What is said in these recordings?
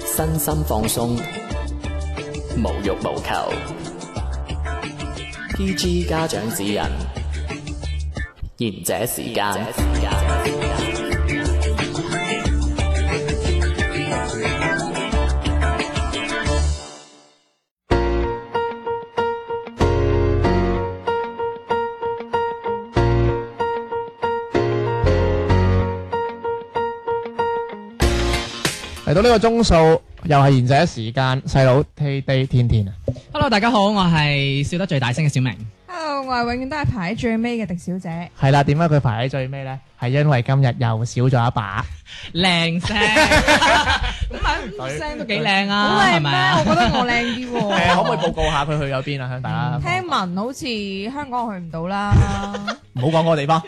身心放鬆，無欲無求。PG 家長指引，賢者時間。嚟到呢個鐘數，又係賢者時間，細佬 T D 天天啊， Hello，大家好，我係笑得最大聲嘅小明。 Hello，我啊係永遠都係排喺最尾嘅迪小姐。係啦，點解佢排喺最尾咧？係因為今日又少咗一把，靚 聲，唔係咁啊聲都幾靚好啊，係咪靚咩？我啊？覺得我靚啲 誒、喎。可唔可以報告下佢去咗邊啊？向大家聽聞好似香港去唔到啦， 唔好講嗰個地方，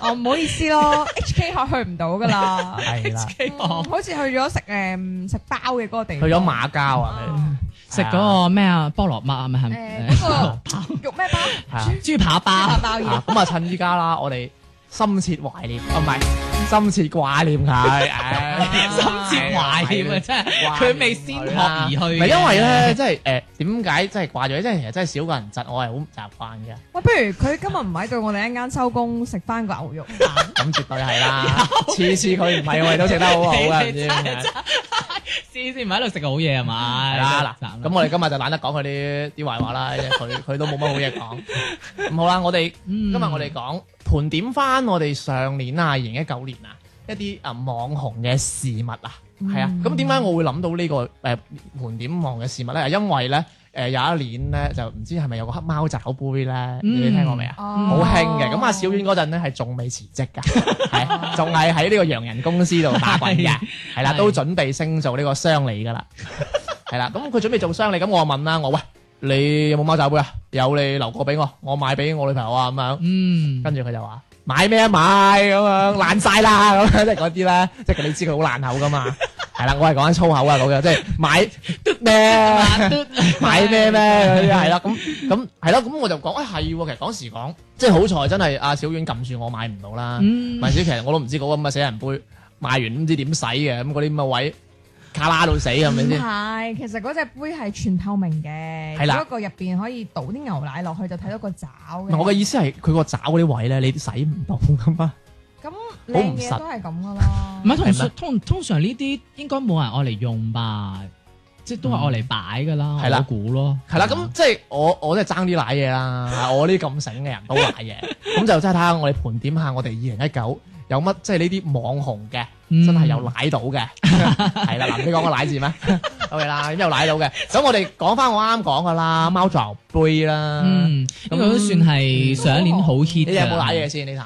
我唔好意思咯，HK 學去唔到 噶啦。係啦，希嗯望好似去咗食誒食包嘅嗰個地哎去方，咗馬交啊，啊食嗰個咩啊菠蘿包啊，咪係誒咪嗰 個肉咩包？係啊。豬扒包扒。包啊嘢。咁啊，趁依家啦，我哋深切懷念，啊唔係深切掛念佢，唉心切懷念啊，真係掛念佢未先學而去嘅。唔係因為咧，即係誒點解真係掛咗？即係其實真係少個人窒，我係好唔習慣嘅。喂，不如佢今日唔喺度，我哋一間收工食翻個牛肉飯。咁絕對係啦，次次佢唔係我哋都食得好好嘅，唔知你點真解係先先唔喺度食個好嘢係係咪？啦真係慘啊嗱，咁我哋今日就懶得講佢啲啲壞話啦，因為佢佢都冇乜好嘢講。咁好啦，我哋今嗯日我哋講盤點翻我哋上年啊，二零一九年啊，一啲啊網紅嘅事物啊，係啊。咁點解我會諗到呢個誒盤點網紅嘅事物咧？係因為咧誒有一年咧就唔知係咪有個黑貓爪杯咧，你哋聽過未啊？好興嘅，咁啊小丸嗰陣咧係仲未辭職㗎，係啊仲係喺呢個洋人公司度打滾嘅， 係啦，係都準備升做呢個商理㗎 啦，係啦，咁佢準備做商理，咁我問啦，我喂你有冇貓爪杯啊？有你留個俾我，我買俾我女朋友啊咁樣，嗯，跟住佢就話買咩啊買咁樣爛晒啦 咁樣，即係嗰啲咧，即係你知佢好爛口㗎 嘛，係啦，我係講緊粗口啊嗰嘅，即係買咩？ 買咩咩嗰啲係啦，咁咁係啦，咁我就講，哎係喎，其實講時講，即係好彩真係阿小婉撳住我買唔到啦，嗯咪先其實我都唔知嗰個咁嘅死人杯賣完唔知點使嘅，咁嗰啲咁嘅位卡拉到死 係咪唔先？係，其實嗰只杯係全透明嘅，係啦只不過入邊可以倒啲牛奶落去就睇到個爪嘅。嗱我嘅意思係佢個爪嗰啲位咧，你使唔到噶嘛，咁好靚唔嘢實都係咁噶啦。唔係係咩通通通常呢啲應該冇人愛嚟用吧，即係都係愛嚟擺噶啦，嗯係啦我估咯， 係啦，咁即係我我真係爭啲奶嘢啦，我呢啲咁醒嘅人都奶嘢， 咁就真係睇下我哋盤點下我哋二零一九有乜即係呢啲網紅嘅。真係有奶到 嘅，係啦，嗱，你講個奶字咩 ？OK 啦，咁有奶到嘅。咁我哋講翻我啱講噶啦，貓爪杯啦，嗯，呢個都算係上一年好 hit 你有冇奶嘢嘅。先？呢壇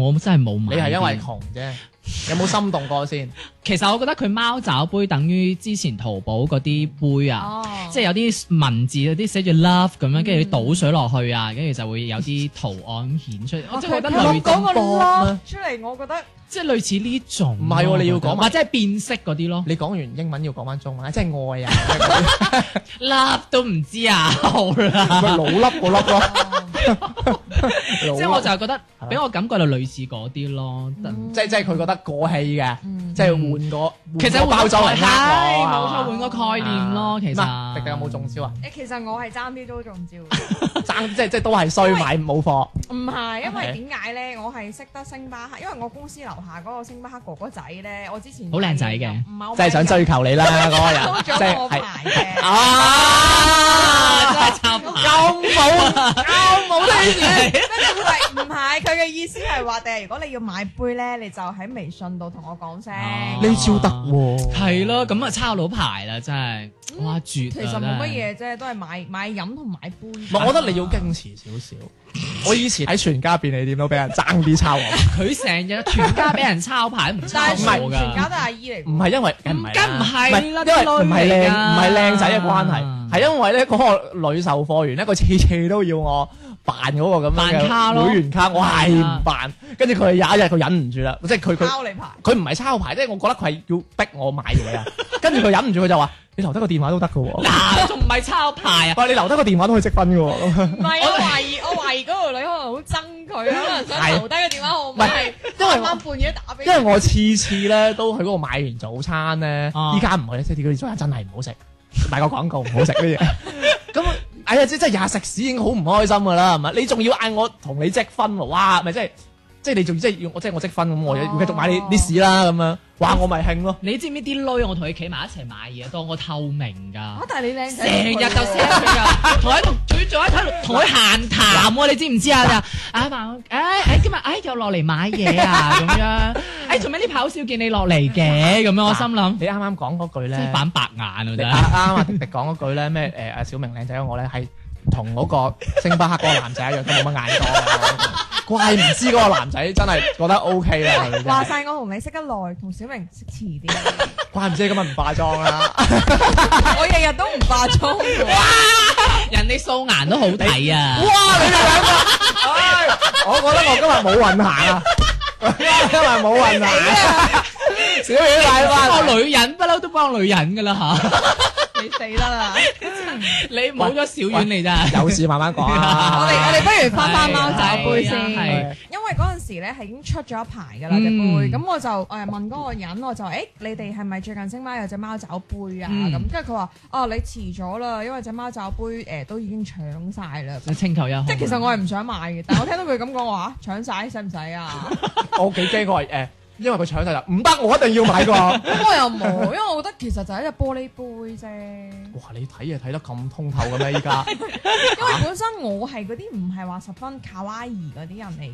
我真係冇買。你係因為窮啫，有冇心動過先？其實我覺得佢貓爪杯等於之前淘寶嗰啲杯啊，哦，即係有啲文字有啲寫住 love 咁樣，跟住嗯倒水落去啊，跟住就會有啲圖案顯出。我哇即係覺得哦佢佢類講個波 love 咩出嚟，我覺得即係類似呢種咯。唔係喎你要我覺得講埋或者係變色嗰啲咯你講完英文要講翻中文，即係愛啊， ，love 都唔知啊， 好啦。咪老粒個 粒咯，即係我就係覺得俾我感覺就類似嗰啲咯。嗯即係即係佢覺得過氣嘅，嗯即係換個其實換個包裝嚟係呃我冇啊錯，換個概念咯。其啊實迪迪有冇中招啊？誒，其實我係爭啲都中招。爭即係即係都係衰買冇貨，唔係，因 Okay 為點解咧？我係識得星巴克，因為我公司樓下嗰個星巴克哥哥仔咧，我之前好靚仔嘅唔係我即係想追求你 啦嗰個買人，咗即收咗我係係牌 À, 嘅。啊！真係插牌又冇又 冇呢跟住佢唔係佢嘅意思係話，定係如果你要買杯咧，你就喺微信度同我講聲。哦啲，呢招得喎，係咯，咁啊抄佬牌啦，真係哇絕啊！其實冇乜嘢啫，都係買買飲同買杯。唔係，我覺得你要矜持少少。我以前喺全家便利店都俾人爭啲抄我，唔真係，佢成日全家俾人抄牌唔抄 但係我㗎，全全家都係阿姨嚟㗎。係因為梗嗯梗唔係啦係啦，因為唔係靚女嚟㗎嗯唔係靚仔嘅關係，係係因為咧嗰個女售貨員咧，佢次次都要我辦嗰個咁樣辦卡嘅咯會員卡，我係唔辦。跟住佢有一日佢忍唔住啦，即係佢佢抄你牌，佢唔係抄牌，即係我覺得佢係要逼我買嘢啊。跟住佢忍唔住，佢就話：你留低個電話都得嘅喎。嗱，啊仲唔係抄牌啊？喂，你留低個電話都可以積分嘅喎。咁樣唔係，我懷疑我懷疑嗰條女可能好憎佢，可能啊想留低個電話號唔係碼，係因為啱啱半夜打俾因為佢。我次次咧都去嗰度買完早餐咧啊，依家唔去，即係啲早餐真係唔好食，賣個廣告唔好食 呢啲嘢。咁哎呀，即即係日日食屎已經好唔開心噶啦，係咪？你仲要嗌我同你積分喎，哇！咪即係即係你仲要即係要我即係我積分咁，哦我要繼續買你啲屎啦咁樣，哇！我咪興咯。你知唔知啲女我同佢企埋一齊買嘢，當我透明㗎啊！，但係你靚成仔過日佢喎，就 s 佢㗎，同佢同佢仲喺度同佢閒談喎，你知唔知啊？就啊話誒誒今日誒又落嚟買嘢 啊咁樣，誒做咩呢排好少見你落嚟嘅咁樣，我心 諗你啱啱講嗰句真咧係，反白眼啊真你啱係。啱阿迪迪講嗰句咧咩？誒阿小明靚仔過我咧，係同嗰個星巴克嗰個男仔一樣，都冇乜眼光。 怪唔知嗰個男仔真係覺得 O K 啦，佢真 話係晒我同你識得耐，同小明識遲啲， 怪唔知今日唔化妝啦。我日日都唔化妝 喎，人哋素顏都好睇 啊！哇！你哋兩個，唉我覺得我今日冇運行 啊，今日冇運行。小雨大翻，幫女人不嬲都幫女人噶啦吓，你死得啦！ 你冇咗小丸你咋？有事慢慢講我哋啊。我哋不如翻翻貓爪杯係啊先係。因為嗰陣時咧係已經出咗一排㗎啦嗯隻杯，咁我就誒問嗰個人，我就誒、欸你哋係咪最近星媽有隻貓爪杯啊？嗯咁跟住佢話哦你遲咗啦，因為隻貓爪杯誒、呃都已經搶晒啦。清球有，即係其實我係唔想買嘅，但我聽到佢咁講我話搶晒使唔使 啊？ 我幾驚佢係誒，因為佢搶晒啦，唔得，我一定要 買個。咁我又冇，因為我覺得其實就係一隻玻璃杯啫。啊因哇！你睇嘢睇得咁通透嘅 咩？依家，為本身我係嗰啲唔係話十分卡哇伊嗰啲人嚟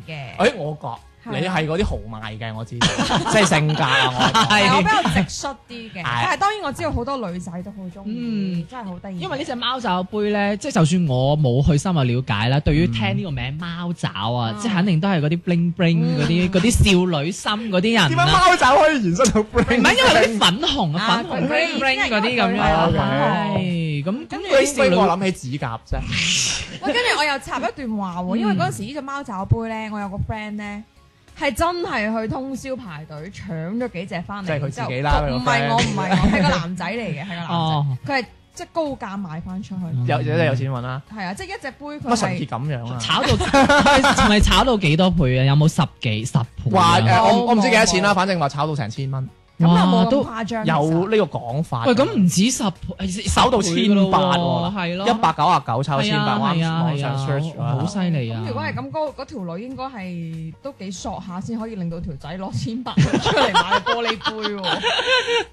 嘅，誒我覺你係嗰啲豪邁嘅，我知道， 即係性格啊，我覺但係我哎係比較直率啲 嘅。係但係當然我知道好多女仔都好中意嗯，真係好得意。因為呢只貓爪杯咧，即係就算我冇去深入了解啦，對於聽呢個名貓爪啊嗯，即係肯定都係嗰啲 bling bling 嗰啲嗰啲少女心嗰 啲 點人解啦。貓爪可以延伸 到 brain？唔係因為嗰啲粉紅啊，啊粉紅佢佢 bling bling 嗰啲咁係啊樣，粉紅係咁咁嗰嗰啲俾我啲少諗起指甲啫。喂，跟住我又插一段話嗯喎，因為嗰陣時呢只貓爪杯咧，我有個 friend 咧係真係去通宵排隊搶咗幾隻翻嚟，即係佢之後自己啦唔佢個係 friend 我，唔係我，係個男仔嚟嘅，係個男仔，哦，佢係即係高價賣翻出去，有有有錢揾啦，係啊，即係一隻杯佢嗯乜純潔係咁樣啊？炒到 係咪炒到幾多倍啊？有冇十幾十倍話啊？誒，我我唔知幾多冇錢啦，反正話炒到成千蚊，咁又冇哇咁都誇張，有呢個講法。喂，咁唔止十倍，炒到千八喎，係咯，一百九啊九係炒啊千八，我係啊網上係啊 search 咗好好啦犀利啊！咁如果係咁高，嗰條女應該係都幾索下先可以令到條仔攞千百蚊出嚟買玻璃杯喎。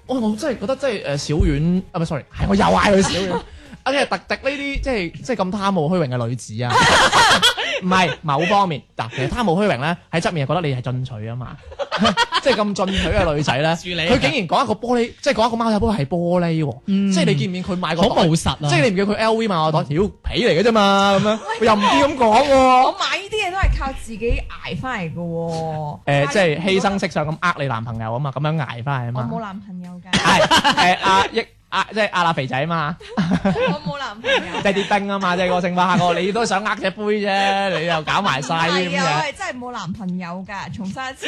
我我真係覺得真係誒小丸啊，唔係 sorry，係我又嗌佢 小丸。啊，即係特迪呢啲即係即係咁貪慕虛榮嘅女 子啊，唔係某方面嗱，其實貪慕虛榮咧喺側面係覺得你係進取啊嘛， 即係咁進取嘅女仔 咧，處理佢竟然講一個玻璃，即係講一個貓仔杯係玻璃喎，嗯即係你見唔見佢買個好袋？務實啊，即係你唔叫佢 LV 買個嗯袋，屌皮嚟嘅啫嘛，咁樣佢又唔知咁講我喎。買呢啲嘢都係靠自己捱翻嚟嘅喎。誒，即係犧牲式上咁呃你男朋友啊嘛，咁樣捱翻嚟啊我冇嘛，男朋友㗎，係誒阿益阿即係阿辣肥仔啊嘛。我冇男朋 友。即係啲丁啊嘛，即係個星巴克 嗰個，你都想呃只杯啫，你又搞埋晒唔啲咁係啊，我嘢。係真係冇男朋友㗎，重申一次。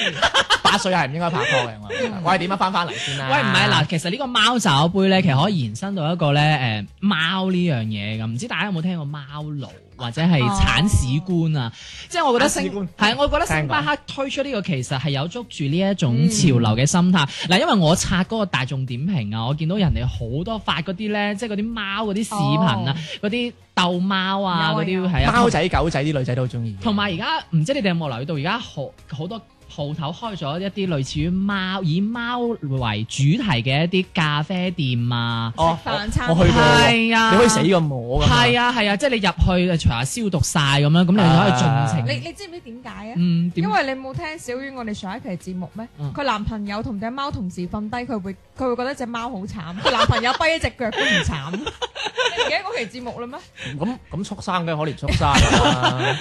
八歲係唔應該拍拖嘅，我覺得嗯我係點樣翻翻嚟先啊啦？喂，唔係嗱，其實呢個貓爪杯咧，其實可以延伸到一個咧誒貓呢樣嘢咁，唔知大家有冇聽過貓奴或者係鏟屎官啊？即係我覺得鏟屎官星係，我覺得星巴克推出呢個其實係有捉住呢一種潮流嘅心態。嗱，因為我刷嗰個大眾點評啊，我見到人哋好多發嗰啲咧，即係嗰啲貓嗰啲視頻啊，嗰啲鬥貓啊有啊嗰啲有啊係啊，貓仔狗仔啲女仔都好中意嘅。同埋而家唔知你哋有冇留意到，而家好好多鋪頭開咗一啲類似於貓以貓為主題嘅一啲咖啡店啊，哦，食飯餐我我去過喎，係啊，你可以死咁我㗎嘛。係啊係啊，即係你入去除下消毒晒咁樣，咁你就可以盡情。你你知唔知點解啊？嗯點因？為你冇聽小婉我哋上一期節目咩嗯？佢男朋友同只貓同時瞓低，佢會佢會覺得只貓好慘，佢男朋友跛一隻腳都唔慘。你唔記得嗰期節目啦咩？ 咁咁畜生嘅可憐畜生啊！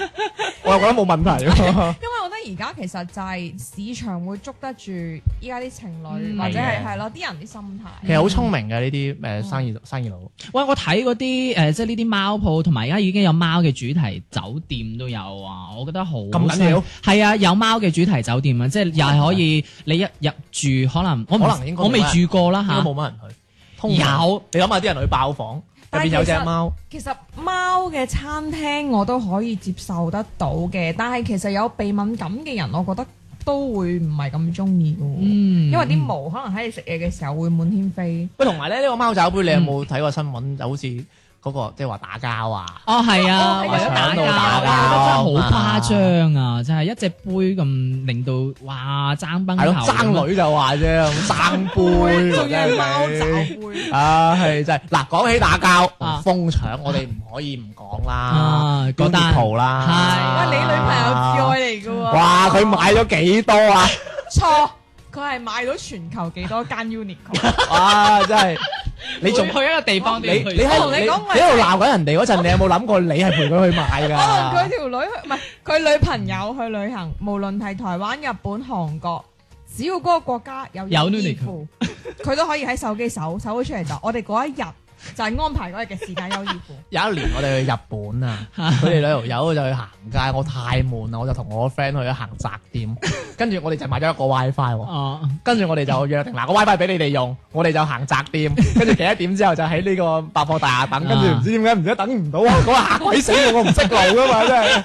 我又覺得冇問題喎。因為我覺得而家其實就係市場會捉得住依家啲情侶，嗯或者係係嘅係咯啲人啲心態。其實好聰明嘅呢啲誒生意生意佬，喂，我睇嗰啲誒，即係呢啲貓鋪，同埋而家已經有貓嘅主題酒店都有啊，我覺得好咁緊要犀利係啊，有貓嘅主題酒店啊，即係又係可以你一入住，可能我唔可能應該我未住過啦應該嚇，冇乜人去。通常有你諗下啲人去爆房，入但係邊有其隻實貓。其實貓嘅餐廳我都可以接受得到嘅，但係其實有鼻敏感嘅人，我覺得都會唔係咁中意嘅喎。嗯因為啲毛可能喺你食嘢嘅時候會滿天飛。喂，同埋咧呢個貓爪杯，你有冇睇過新聞？就好似嗰個即係話打交啊，哦係啊，哦為係啊咗打搶交，到打交啊我覺得真係好誇張啊！真係一隻杯咁令到哇爭崩係頭咯咁，啊樣，爭女就話啫，咁爭杯， 仲要貓爪真係你 杯。啊，係真係嗱，講起打交啊瘋搶，我哋唔可以唔講啦啊，嗰嗰單圖啦，係喂，你女朋友至愛嚟嘅喎。哇，佢買咗幾多 啊？錯，佢係買到全球幾多間 Uniqlo？哇，真係你仲去一個地方你都要去你我喺同你你講我你喺度鬧緊人哋嗰陣，你有冇諗過你係陪佢去買 㗎？我同哦佢條女去，唔係佢女朋友去旅行，無論係台灣、日本、韓國，只要嗰個國家有有衣褲， 佢都可以喺手機搜搜咗出嚟就。我哋嗰一日就係安排嗰日嘅時間優衣庫。有一年我哋去日本 啊，佢哋兩條友就去行街，我太悶啦，我就同我個 friend 去咗行宅店， 跟住我哋就買咗一個 WiFi 喎，哦。跟住我哋就約定嗱個 WiFi 俾你哋用，我哋就行宅 店，跟住幾多點之後就喺呢個百貨大廈啊等，跟住唔知點解唔知等唔到啊，嗰個嚇鬼死我，我唔識路噶嘛，真 係，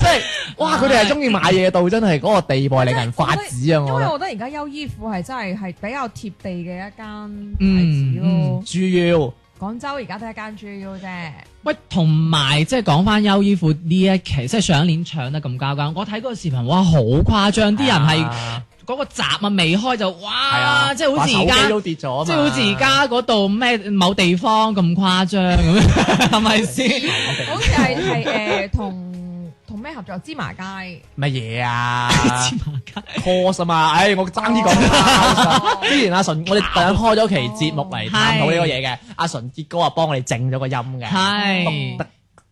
即係哇！佢哋係中意買嘢到真係嗰個地步，令人發指啊！因我覺為得我覺得而家優衣庫係真係係比較貼地嘅一間牌子嗯咯。豬腰廣州而家都係一間 G U 啫。喂，同埋即係講翻優衣庫呢一期，即係上年搶得咁交關，我睇嗰個視頻，哇，好誇張，啲人係係嗰個閘啊未開就哇，啊，即係好似而話手機家，都跌咗啊嘛，即係好似而家嗰度咩某地方咁誇張咁樣， 係咪先？好似係係誒同同咩合作？芝麻街。乜嘢 啊？芝麻街 course 啊嘛，唉，我爭啲講啦。之前阿純，我哋特登開咗期節目哦嚟探討呢個嘢嘅。阿純傑哥啊，幫我哋整咗個音嘅係得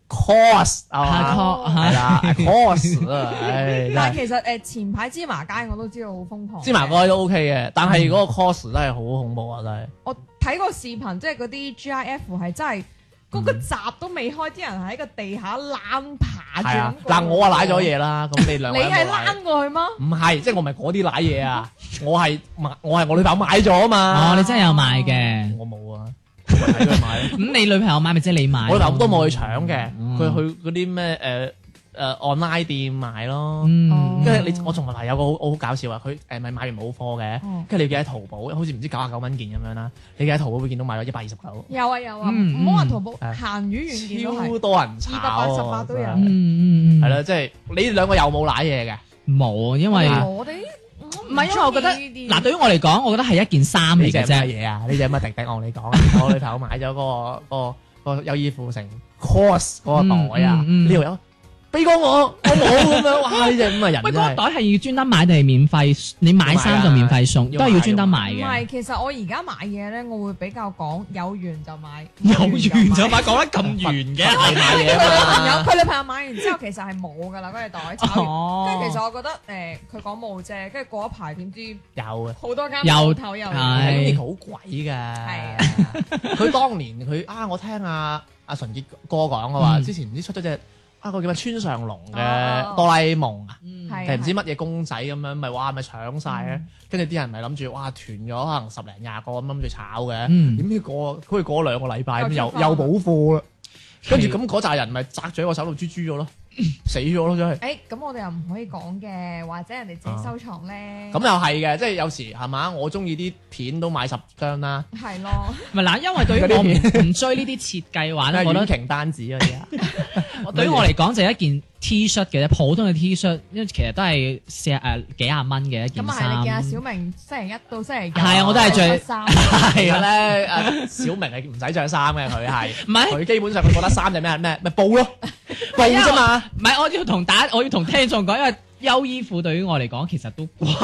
course 下啊嘛，確係係啦 course 啊，唉，真但係係其實誒前排芝麻街我都知道好瘋狂嘅，芝麻哥都 OK 嘅，但係嗰個 course 真係好恐怖啊，真係。我睇過視頻，即係嗰啲 GIF 係真係嗰嗯個閘都未開，啲人喺個地下躝爬住係啊咁，過嗱，我啊攋咗，嘢啦，咁你兩你位有係冇攋躝過去嗎？唔係，即係我唔係嗰啲攋嘢啊，我係買，我係我女朋友買咗啊嘛。哦，你真係有買嘅，我冇啊，我咪睇佢買咯。咁你女朋友買咪即係你買 咯，我諗都冇去搶嘅，嗯佢去嗰啲咩誒誒 online 店買咯。嗯，跟住你，我仲係有個好我好搞笑啊！佢誒咪買完冇貨嘅哦，跟住你要記喺淘寶，好似唔知九啊九蚊件咁樣啦。你記喺淘寶會見到買咗一百二十九，有啊有啊，嗯唔好話淘寶嗯鹹魚軟件都超係多人炒啊288都有真係嗯嗯嗯，係，啦，即係你哋兩個又冇攋嘢嘅，冇，因為啊我哋唔唔係因為我覺得嗱，對於我嚟講，我覺得係一件衫呢嚟只嘅係乜啫。嘢啊？呢只係乜迪迪我同你講 啊，我女朋友買咗嗰個個個優衣庫城 course 嗰個袋啊，嗯嗯嗯呢條友俾過我，我冇咁樣， 哇！呢只咁嘅人喂，真嗰個係袋係要專登買定係免費？你買衫就免費送，都係要專登買唔嘅係，。其實我而家買嘢咧，我會比較講有緣就買，緣買，講得咁圓你買佢女嘢朋友啊嘛。佢女朋友買完之後其實係冇噶啦，嗰隻袋炒完。 跟住其實哦，我覺得誒，佢講冇啫，跟住過一排點知有嘅，好多間又鋪頭又係係呢個好鬼噶。啊佢當年佢啊，我聽阿阿純潔哥講啊話，嗯之前唔知出咗隻啊個叫咩村上龍哦嘅哆啦 A 夢啊，係嗯係定唔知乜嘢公仔咁樣，咪哇咪搶晒嘅，跟住啲人咪諗住哇斷咗可能十零廿個咁諗住炒嘅，嗯點知過好似過兩個禮拜咁又又出翻又補貨啦，跟住係嗯咁嗰扎人咪擲咗喺個手度豬豬咗咯，死咗咯啊真係。誒，咁我哋又唔可以講嘅，或者人哋自己收藏咧，啊咁又係嘅，即係有時係嘛，我中意啲片都買十張啦，係咯，咪嗱，因為對於我唔唔追呢啲設計 玩，咩我覺遠得瓊單子嗰啲啊，對 於我嚟講就係一件 T 恤嘅啫，普通嘅 T 恤，因為其實都係四誒幾廿蚊嘅一件咁啊係衫你。見阿小明星期一到星期日，係啊我都係最 着衫，其係實啦，咧，阿啊小明係唔使着衫嘅，佢係呃唔係佢基本上佢覺得衫就咩咩咪 布咯，布啫嘛，唔係啊我要同大家，我要同聽眾講，因為優衣庫對於我嚟講其實都貴。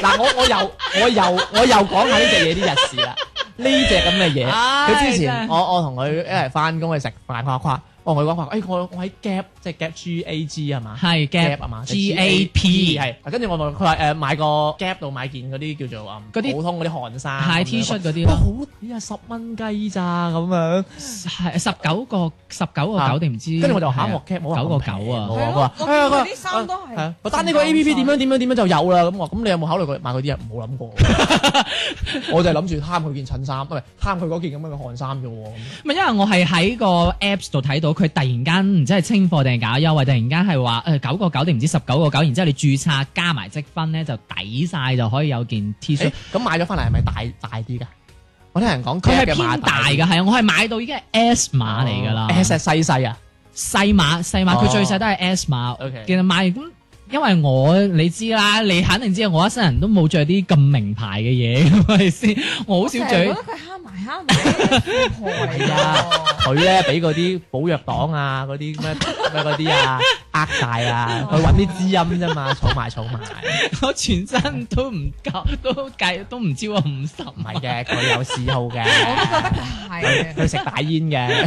嗱我我又我又我又講下呢隻嘢啲日事啦，呢只咁嘅嘢，唉佢之前真係我我同佢一齊翻工去食飯，佢話佢話哦，我講話，誒，我我喺 Gap，即係 Gap G A G 係嘛係 Gap 啊嘛 G A P 係。啊跟住我同佢話誒買個 Gap 度買件嗰啲叫做啊嗰啲普通嗰啲汗衫，係咁樣 T 恤嗰啲哇咯，好抵啊，十蚊雞咋咁樣。係十九個十九個啊九定唔知，跟住我就嚇係我啊 cap 冇九個九啊我係話佢話咯我哎呀見佢佢啲衫都係係啊我單呢個 A P P 點樣點樣點樣就有啦。咁我話咁你有冇考慮過買嗰啲啊？冇諗過，我就係諗住貪佢件襯衫，唔係貪佢嗰件咁樣嘅汗衫啫喎。唔係因為我係喺個 Apps 度睇到佢突然間唔知係清貨定係搞優惠，突然間係話誒九個九定唔知十九個九，然之後你註冊加埋積分咧就抵晒就可以有件 T 恤誒。咁買咗翻嚟係咪大大啲㗎？我聽人講佢係 Gap 嘅碼偏大㗎，係啊，我係買到已經係 S 碼嚟㗎啦哦，S 係細細啊。細碼細碼，哦佢最細都係 S 碼。 OK 其實買咁，因為我你知啦，你肯定知我一生人都冇着啲咁名牌嘅嘢， 係咪先？我好少成日着覺。得佢慳埋慳埋，富婆嚟係啊㗎。佢咧俾嗰啲保藥黨啊， 嗰啲咩咩嗰啲啊，呃大啊，佢揾啲知音啫嘛，儲埋儲埋， 我全身都唔夠，都計都唔超過五十唔係嘅，佢有嗜好嘅，我都覺得 佢係佢食大煙嘅，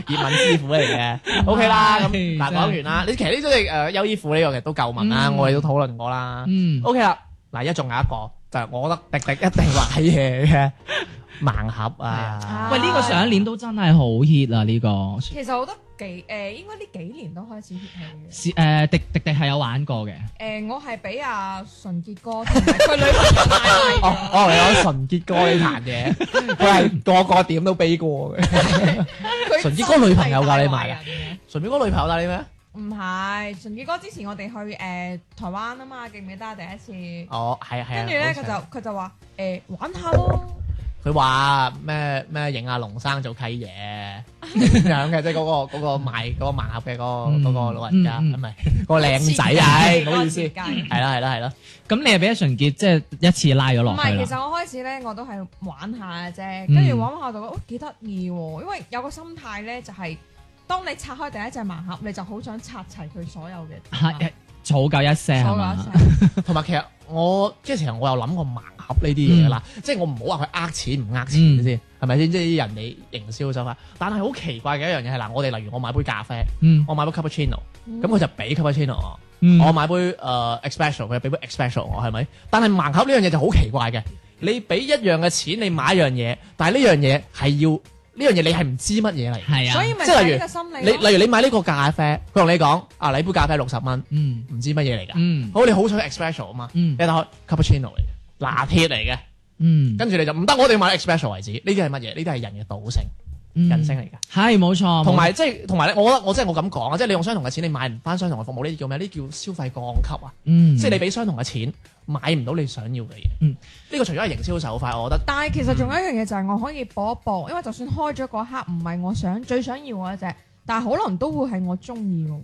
葉問師傅嚟嘅，OK 啦，咁唉嗱真係講完啦，你其實呢種誒優衣庫呢個其實都夠問啦，嗯我哋都討論過啦嗯， ，OK 啦，嗱一仲有一個就係我覺得迪迪一定買嘢嘅盲盒啊啊，喂，呢、個上一年都真係好 hit 啊！呢、個其實我覺得幾誒，應該呢幾年都開始 hit 是起嘅。誒迪迪迪係有玩過嘅，誒，我係俾阿純潔哥同埋佢女朋友哦帶嚟嘅。哦，你講純潔哥呢壇嘢，佢係個個點都俾過嘅。佢純潔哥女朋友㗎你買啊啊？純潔哥女朋友帶你咩？啊唔係，純潔哥之前我哋去誒、呃台灣啊嘛，記唔記得啊第一次？哦，係啊係啊。跟住咧，佢好似就佢就話誒、呃玩下咯，佢話咩咩影阿龍生做契爺咁樣嘅，即係嗰個嗰個賣嗰個盲盒嘅嗰嗯個嗰個老人家，嗯唔係嗰個靚仔啊！唉唔好意思，設計係啦係啦係啦，咁你係俾阿純潔即係一次拉咗唔落去啊係，啦其。實我開始咧我都係玩下嘅啫，嗯跟住玩玩下就覺得哦幾得意喎，因為有個心態咧就係、當你拆開第一隻盲盒，你就好想拆齊佢所有嘅啊嚇誒儲夠一些係所有嘛？一隻同埋其實我即係其實我有諗過盲盒呢啲嘢啦，即係我唔好話佢呃錢唔呃錢先，係咪先？即係人哋營銷手法，但係好奇怪嘅一樣嘢係嗱，我哋例如我買杯咖啡，嗯我買杯 cappuccino。嗯咁佢就俾 cappuccino 我，嗯，我買杯誒 espresso，佢又俾杯 espresso 我，係咪？但係盲盒呢樣嘢就好奇怪嘅，你俾一樣嘅錢，你買一樣嘢，但係呢樣嘢係要呢樣嘢你係唔知乜嘢嚟。係啊，所以咪即係例就係如呢個心理你咯。例如你買呢個咖啡，佢同你講啊，你杯咖啡六十蚊，嗯唔知乜嘢嚟㗎。嗯好，你好想 espresso 啊嘛，嗯你打開 cappuccino 嚟嘅，拿鐵嚟嘅，嗯，跟住你就唔得，我哋買 espresso 為止。呢啲係乜嘢？呢啲係人嘅賭性，嗯人性嚟㗎。係冇錯，同埋即係同埋咧，我覺得我即係我咁講啊，即係你用相同嘅錢，你買唔翻相同嘅服務，呢啲叫咩？呢啲叫消費降級啊！嗯，即係你俾相同嘅錢買唔到你想要嘅嘢。嗯呢個除咗係營銷手法，我覺得但係其實仲有一樣嘢就係我可以搏一搏，因為就算開咗嗰刻唔係我想最想要嗰隻，但係可能都會係我中意嘅喎。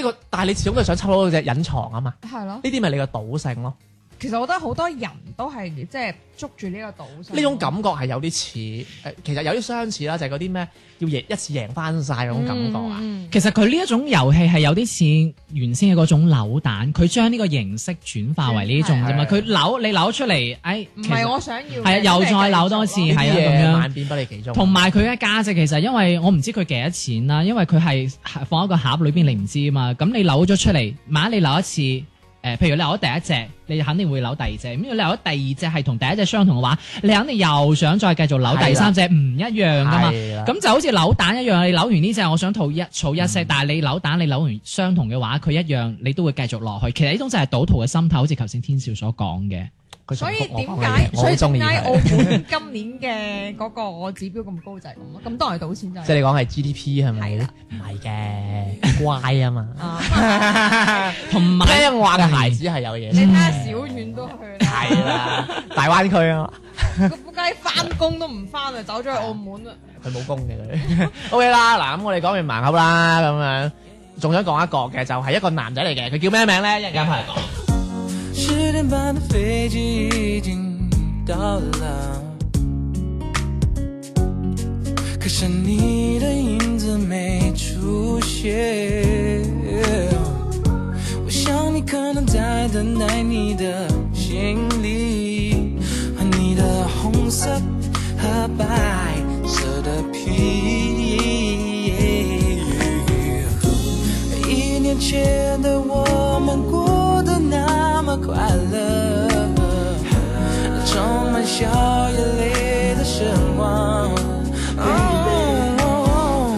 呢、個，但係你始終都係想抽到嗰隻隱藏啊嘛。係咯，呢啲咪你個賭性咯。其實我覺得好多人都係即係捉住呢個賭性。呢種感覺係有啲似誒，其實有啲相似啦，就係嗰啲咩要贏一次贏翻晒嗰種感覺啊。嗯，嗯嗯其實佢呢一種遊戲係有啲似原先嘅嗰種扭蛋，佢將呢個形式轉化為呢種啫嘛。係佢扭你扭出嚟，哎，唔其係實我想要嘅。係啊又即係再扭多次繼續呢係咯啲啊咁嘢樣萬變不離其宗。啊同埋佢嘅價值其實因為我唔知佢幾多錢啦，因為佢係放喺個盒裏邊，你唔知啊嘛。咁你扭咗出嚟，萬一你扭一次，誒、譬如你扭咗第一隻，你肯定會扭第二隻。咁如果你扭咗第二隻係同第一隻相同嘅話，你肯定又想再繼續扭第三隻，唔一樣噶嘛。係啦咁就好似扭蛋一樣，你扭完呢只，我想套一儲一嗯些，但係你扭蛋你扭完相同嘅話，佢一樣你都會繼續落去。其實呢種就係賭徒嘅心態，好似頭先天少所講嘅。佢所以重複我點講嘅嘢解？我所好以中意點解佢澳門今年嘅嗰個指標咁高就係咁咯？咁多人賭錢 就即係 係你講係 GDP 係係咪啦？唔係嘅，乖啊 嘛。 啊！同埋聽話嘅孩子係有嘢你食。 睇下小遠都去啦，係啦，大灣區啊，個仆街翻工都唔翻啊，走咗去澳門啦。佢冇工嘅 佢。OK 啦，嗱咁我哋講完盲盒啦，咁樣仲想講一個嘅就係一個男仔嚟嘅，佢叫咩名咧？一陣間翻嚟講。十点半的飞机已经到了，可是你的影子没出现。我想你可能在等待你的行李和你的红色和白色的皮。年前的我们过得那么快乐，充满笑眼泪的神话。哦，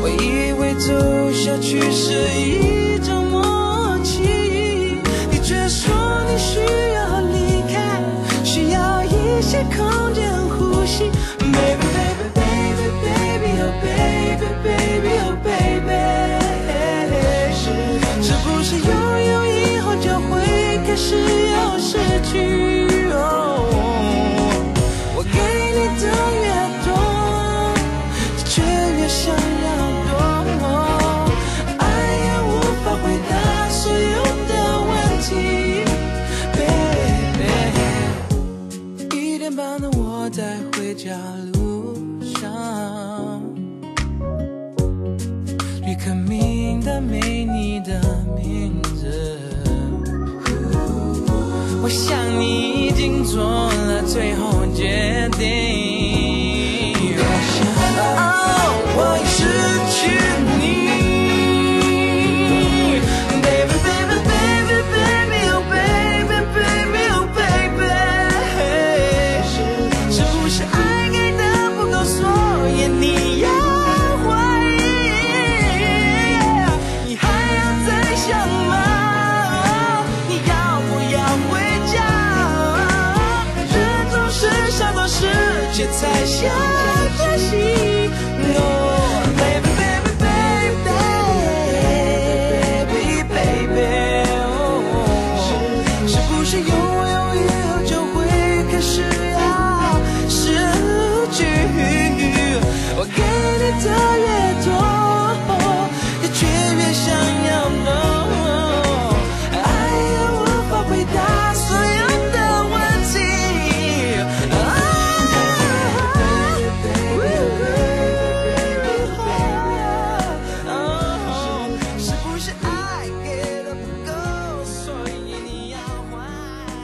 我以为走下去是一啊种默契，你却说你需要离开，需要一些空间呼吸。Baby baby baby baby oh baby baby oh baby，是不是拥有以后就会开始有失去？哦，我给你的越多，你却越想要躲。爱也无法回答所有的问题，baby。一点半的我在回家路上，旅客名单没你的名字。我想你已经做了最后决定。哦，我已失去你，baby baby baby baby oh baby baby oh baby，是不是爱给的不够，所以你要怀疑？你还要再想吗？你要不要回家？人总是想到失去才想珍惜。No, baby, baby, baby, baby, baby, oh，是不是拥有以后就会开始要啊失去？我给你的越多，你却越想要 no，爱也无法回答所有的问题。啊是不是爱给的不够，所以你要怀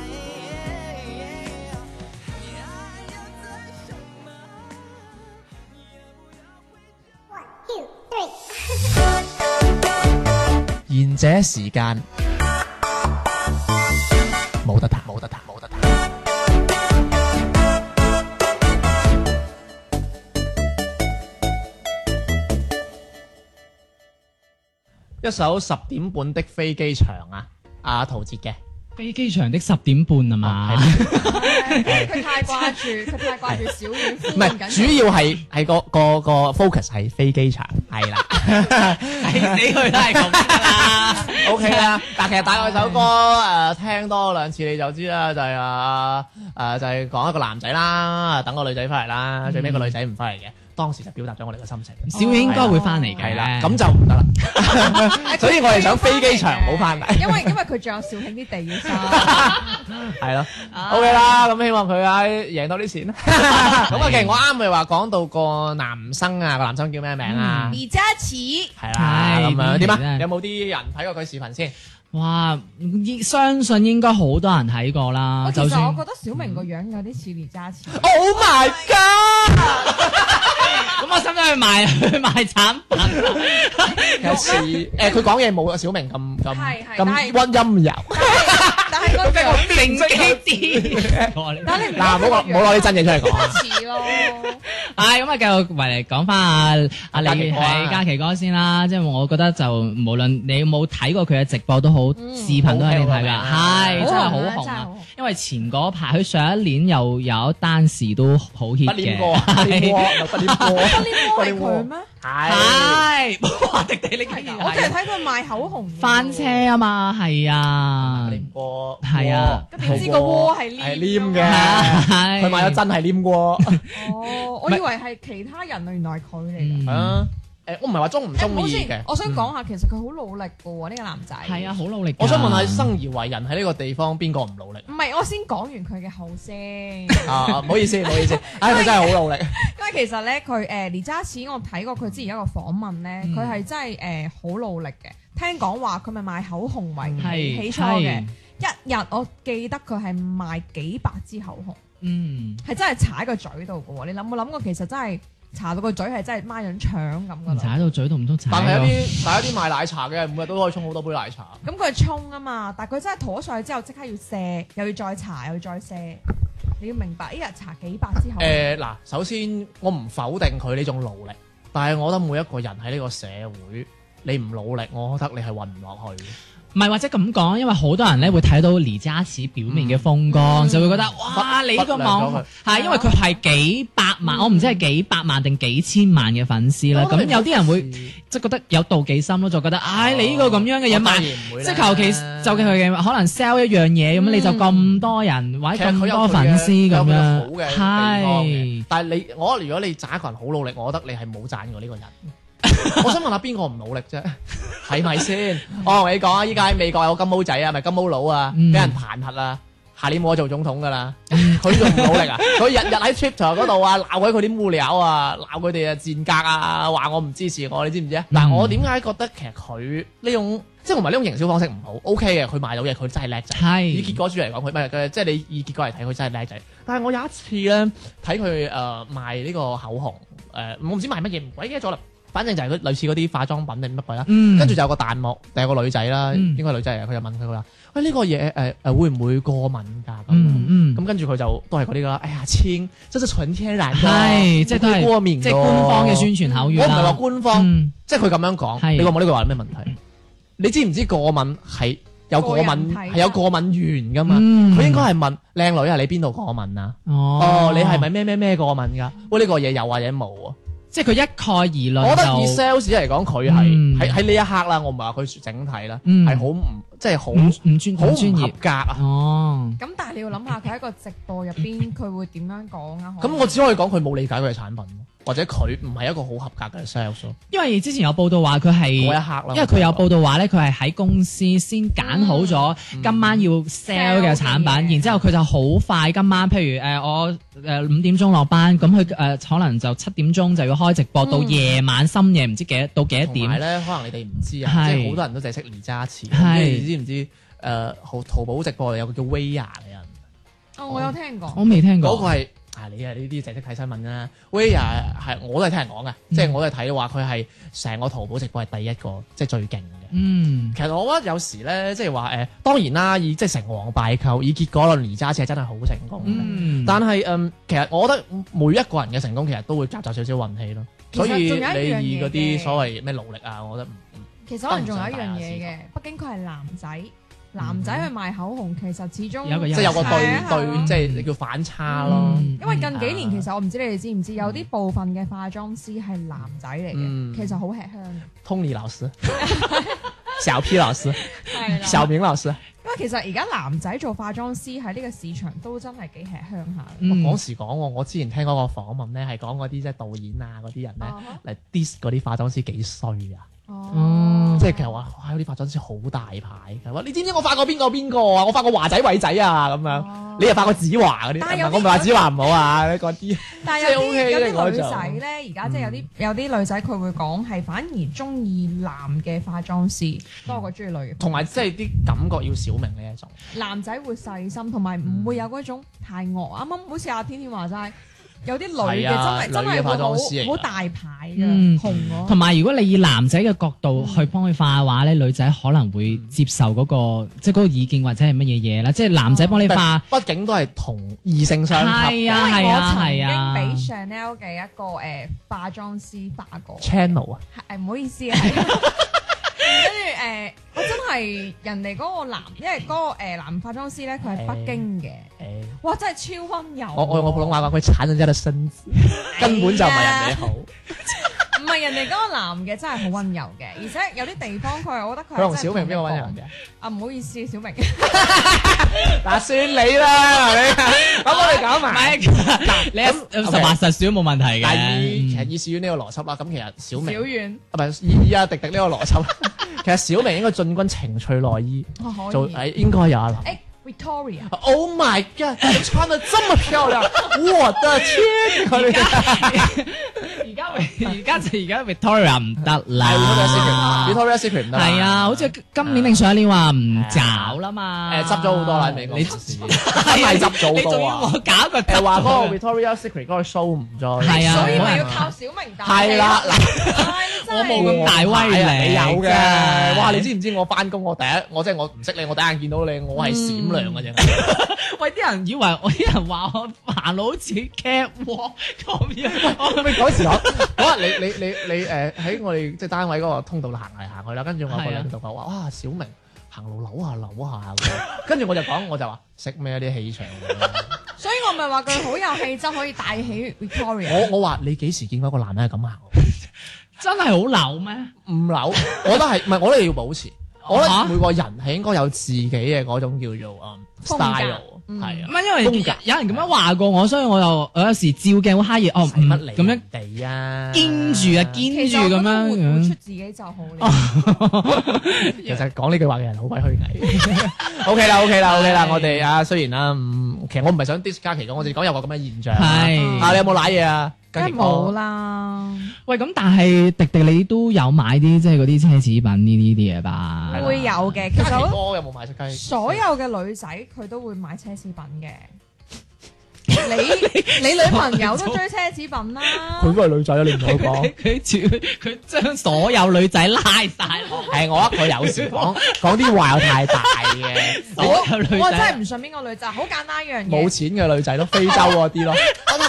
疑？你还要再想吗？你要不要回 One, 家？two, three. 賢者時間冇得彈，冇得彈，冇得彈。一首十點半的飛機場啊，阿陶喆嘅，飛機場的十點半啊嘛哦，佢太掛 住，佢太掛住小丸子，唔係主要係係個個個 focus 係飛機場，係 啦。係你佢都係咁㗎啦。 O K 啦，但其實大概首歌誒聽多兩次你就知啦，就係啊誒就係講一個男仔啦，等個女仔翻嚟啦，最尾個女仔唔翻嚟嘅，當時就表達咗我哋嘅心情。小影應該會翻嚟嘅，係啦，咁就唔 得啦，所以我哋想飛機場冇翻嚟，因為因為佢仲有肇慶啲 地要收， 係咯，O K 啦，咁希望佢啊贏多啲錢 啦。咁啊，其實我啱咪話講到個男生啊，個男生叫咩名啊？而家似。係啦，係咁樣點邊個嚟啊？啫有冇啲人睇過佢視頻先？哇！應相信應該好多人睇過啦，我其就實我算覺得小明個樣有啲似連 家慈， Oh my god！咁，我使唔使去賣去賣 產 品？啊其實似誒，佢講嘢冇小明咁咁咁係係但係溫音柔。但係個 樣定啊機 啲，但係你嗱，唔唔覺得好個講唔好攞樣啲真嘢出嚟講啊！似咯，唉，咁啊，繼續埋嚟講翻阿阿嘉李琪哥啊係嘉琪哥先啦，即係我覺得就無論你有冇睇過佢嘅直播都好，視頻都係你睇㗎，嗯好係聽真喎係好真係紅好啊紅！因為前嗰排佢上一年又有一單事都好 hit 不嘅念，過， 不念過，不念過，不念過係佢咩？係係 哇！迪迪你竟然我淨係睇佢賣口紅㗎喎， 哎翻車啊嘛，係啊不，念過，係啊鍋咁點知個鍋係係黏黏㗎嘅，係佢買咗真係黏鍋哦，我以為係其他人啊，原來係佢嚟㗎。嗯啊！誒，我唔係話中唔誒唔中好意嘅先，，我想講下，其實佢好努力㗎喎，呢個男仔。係啊，好努力㗎。我想問下生而為人喺呢個地方邊個唔努力唔係，我先講完佢嘅後 先。啊？唔好 意思，唔好意思，唉，佢真係好努力，因為其實咧，佢誒連渣士，我睇過佢之前一個訪問咧，嗯佢係、真係誒好努力嘅。聽講話佢咪賣口紅為係起初嘅嗯係，一日我記得佢係賣幾百支口紅，嗯，係真係踩個嘴度嘅喎。你諗冇諗過其實真係搽到個嘴係真係孖緊腸咁噶唔啦。踩到嘴都唔通踩但係有到啲，但係有啲賣奶茶嘅，每日都可以沖好多杯奶茶。咁佢係沖啊嘛，但係佢真係塗咗上去之後，即刻要卸，又要再搽，又要再卸。你要明白，一日搽幾百之後，誒嗱，首先我唔否定佢呢種努力，但係我覺得每一個人喺呢個社會，你唔努力，我覺得你係混唔落去。唔係或者咁講，因為好多人咧會睇到離家市表面嘅嗯風光，就會覺得哇！你呢個忽網略咗啊係因為佢係幾百嗯萬，我唔知係幾百萬定幾千萬嘅粉絲啦。咁有啲人會即係覺得有妒忌心咯，就覺得唉，你呢個咁樣嘅嘢哦我當賣然，唔會即啦係求其就其佢嘅可能 sell 一樣嘢咁，你就咁多人或者其實佢咁有多佢嘅粉絲有咁佢樣好嘅，地方嘅係。但係你，我覺得如果你賺一個人好努力，我覺得你係冇賺過呢 個人。我想問下邊個唔努力啫？係咪先？我同你講啊，依家喺美國有金毛仔啊，咪金毛佬啊，嗯俾人彈劾啊。下年冇得做總統噶啦，佢仲唔努力啊？ 佢日日喺 Twitter 嗰度啊，鬧鬼佢啲烏料啊，鬧佢哋啊賤格啊，話我唔支持我，你知唔知啊？嗱、我點解覺得其實佢呢種即係同埋呢種營銷方式唔好？OK 嘅，佢賣到嘢，佢真係叻仔。以係結果主嚟講，佢唔係佢即係你以結果嚟睇，佢真係叻仔。但係我有一次咧睇佢誒賣呢個口紅誒、我唔知賣乜嘢，唔鬼記得咗啦。反正就係佢類似嗰啲化妝品定乜鬼啦。嗯跟住就有個彈幕，就有個女仔啦，嗯應該係女仔啊嚟嘅，佢就問佢佢話：喂，呢、個嘢誒誒會唔會過敏㗎？咁、嗯嗯咁跟住佢就都係嗰啲啦。哎呀，千，即係純天然㗎，係即係都唔會過敏㗎係即係官方嘅宣傳啊口語我唔係話啦。官方，嗯即係佢咁樣講，係嗯你覺唔覺得呢句話有咩問題？你知唔知過敏係有過敏個人體質係有過敏源噶嘛？嗯佢應該係問靚女啊，你邊度過敏啊？哦哦，你係咪咩咩咩過敏噶？喂，呢個嘢有或者冇啊？即係佢一概而論就？我覺得以 sales 嚟講，佢係嗯喺喺呢一刻啦，我唔係話佢整體啦，嗯係好唔即係好唔唔專好好唔專合業格啊！哦，咁但係你要諗下佢喺個直播入邊，佢會點樣講啊？可咁能我只可以講佢冇理解佢嘅產品，或者佢唔係一個好合格嘅 sales 咯。因為之前有報道話佢係，嗰一刻因啦，為佢有報道話咧，佢係喺公司先揀好咗嗯今晚要 sell 嘅產 sell 嘅品，然之後佢就好快今晚，譬如誒我呃誒五點鐘落班，咁佢誒可能就七點鐘就要開直播，到夜晚深夜唔知幾多到嗯同幾多埋點，咧，可能你哋唔知啊，係即係好多人都淨係識離家詞。係你知唔知？誒，淘淘寶直播有個叫薇娅嘅人，哦，我有聽過。我未聽嗰個過。係啊，你啊呢啲淨係識睇新聞啦。薇娅係我都係聽人講嘅，嗯即係我都係睇話佢係成個淘寶直播係第一個，即係最勁嘅。嗯，其實我覺得有時咧，即係話誒，當然啦，以即係成王敗寇，以結果論而家詞係真係好成功嘅。嗯但係嗯，其實我覺得每一個人嘅成功其實都會夾雜少少運氣咯。其實所以仲有一樣你以嗰嘢啲嘅所謂咩努力啊，我覺得唔唔其實可能仲有一樣嘢啊嘅，畢竟佢係男仔，男仔去賣口紅其實始終有一個優勢即係嗯有個對係啊對，即係你叫反差咯。嗯因為近幾年啊其實我唔知你哋知唔知，有啲部分嘅化妝師係男仔嚟嗯嘅，其實好吃香嘅。 Tony 老師、 小 P 老師、係啦小明老師，因為其實而家男仔做化妝師喺呢個市場都真係幾吃香下嘅。我嗯講時講我，我之前聽嗰個訪問咧，係講嗰啲即係導演啊嗰啲人啊咧嚟 diss 嗰啲化妝師幾衰啊！哦即係其實話，哇！嗰啲化妝師好大牌，佢話你知唔知我化過邊個邊個啊？我化過華仔偉仔啊咁樣，你又化過子華嗰啲，哦但係唔有係啲我唔係話子華唔好啊嗰啲。但係有即係嗯 OK 啲有嘅啲女仔咧，而家即係有啲有啲女仔佢會講係反而中意男嘅化妝師多過中意女嘅化妝師。同埋即係啲感覺要小明呢一種，男仔會細心，同埋嗯唔會有嗰種太惡。啊啱啱好似阿天天話齋，有啲女嘅係啊真係真女係嘅化會妝師嚟㗎好好大牌嗯嘅，紅同我。埋如果你以男仔嘅角度嗯去幫佢化嘅話咧，女仔可能會接受嗰、個即係嗰個意見或者係乜嘢嘢啦。即係男仔幫你化。畢竟都係同異性相吸係啊嘅因為我曾係啊經俾 Chanel 嘅一個誒化妝師化過， channel 啊。係唔好意思啊。跟住誒，我真係人哋嗰個男，因為嗰個誒男化妝師咧，佢係北京嘅，誒，哇，真係超温柔。我我用我普通話講，佢鏟咗一粒身子，根本就唔係人哋好。唔係人哋嗰個男嘅真係好温柔嘅，而且有啲地方佢係，我覺得佢同佢係哎真係小明邊個揾同你人講嘅？啊，唔好意思，小明。嗱，算你啦，係咪？咁我哋講唔埋。係，你咁實話實說冇問題但係以其實嘅。嗯以至於呢個邏輯啦，咁其實小明小遠，啊唔係以以阿迪迪 呢個邏輯，其實小明應該進軍情趣內衣，哦我可做哎以。係應該有阿林。誒 Victoria， Oh my god！你穿的这么漂亮，我的天！佢而家 而家就而家 Victoria 唔得啦。 Victoria Secret，Victoria Secret 唔得啦哎係啊，好似今年定上一年話唔找啦嘛。誒執咗好多啦美國你執咗係啊真係執咗好多啊你仲要我搞個誒執話嗰 個咗 Victoria Secret 嗰個 show 唔再係啊所以咪要可能靠啊小明打氣哎係啦，嗱，我我冇咁大威係啊你力有真嘅，係哇！你知唔知我翻工我第一，我即係我唔識你，我第一眼見到你，我係閃亮嘅嗯啫。喂，啲人以為我啲人話我煩惱好似 catwalk 咁 樣，我咁你 嗰時候，嗰日你你你你誒喺我哋即係單位嗰個通道行嚟行去啦，跟住我有個係啊領導講話：哇，小明行路扭下扭下喎，跟住我就講我就話識咩啊啲氣場㗎。所以我咪話佢好有氣質，可以帶起 Victoria。我我話你幾時見過一個男人係咁行？啊真係好流咩？唔扭，我覺得係唔係？我哋要保持，我覺啊得每個人係應該有自己嘅嗰種叫做嗯風 style，格係唔啊。係因為風格有人咁樣話過我，所以我又我有時照鏡會揩嘢，哦使唔乜理咁樣人哋啊？堅住啊，堅其實住我覺咁得樣嗯活活出樣。自己就好啦。其實講呢句話嘅人好鬼虛偽。OK 啦，OK 啦，OK 啦，我哋啊，雖然啦，嗯，其實我唔係想 dis 嘉琪講，我哋講有個咁嘅現象啊。係啊，你有冇賴嘢啊？梗嘉係琪冇啦。啦，喂，咁但係迪迪你都有買啲即係嗰啲奢侈品呢啲啲嘢吧？會有嘅。其嘉實琪我哥有冇買出雞？所有嘅女仔佢都會買奢侈品 嘅。你你女朋友都追奢侈品啦。佢都係女仔啊，你唔同佢 佢講。佢佢佢將所有女仔拉晒落，係我啊一個有時講講啲話又太大 嘅，所有女我真啊係仔唔信邊個女仔，好簡單一樣冇嘢。錢嘅女仔咯，非洲嗰啲咯，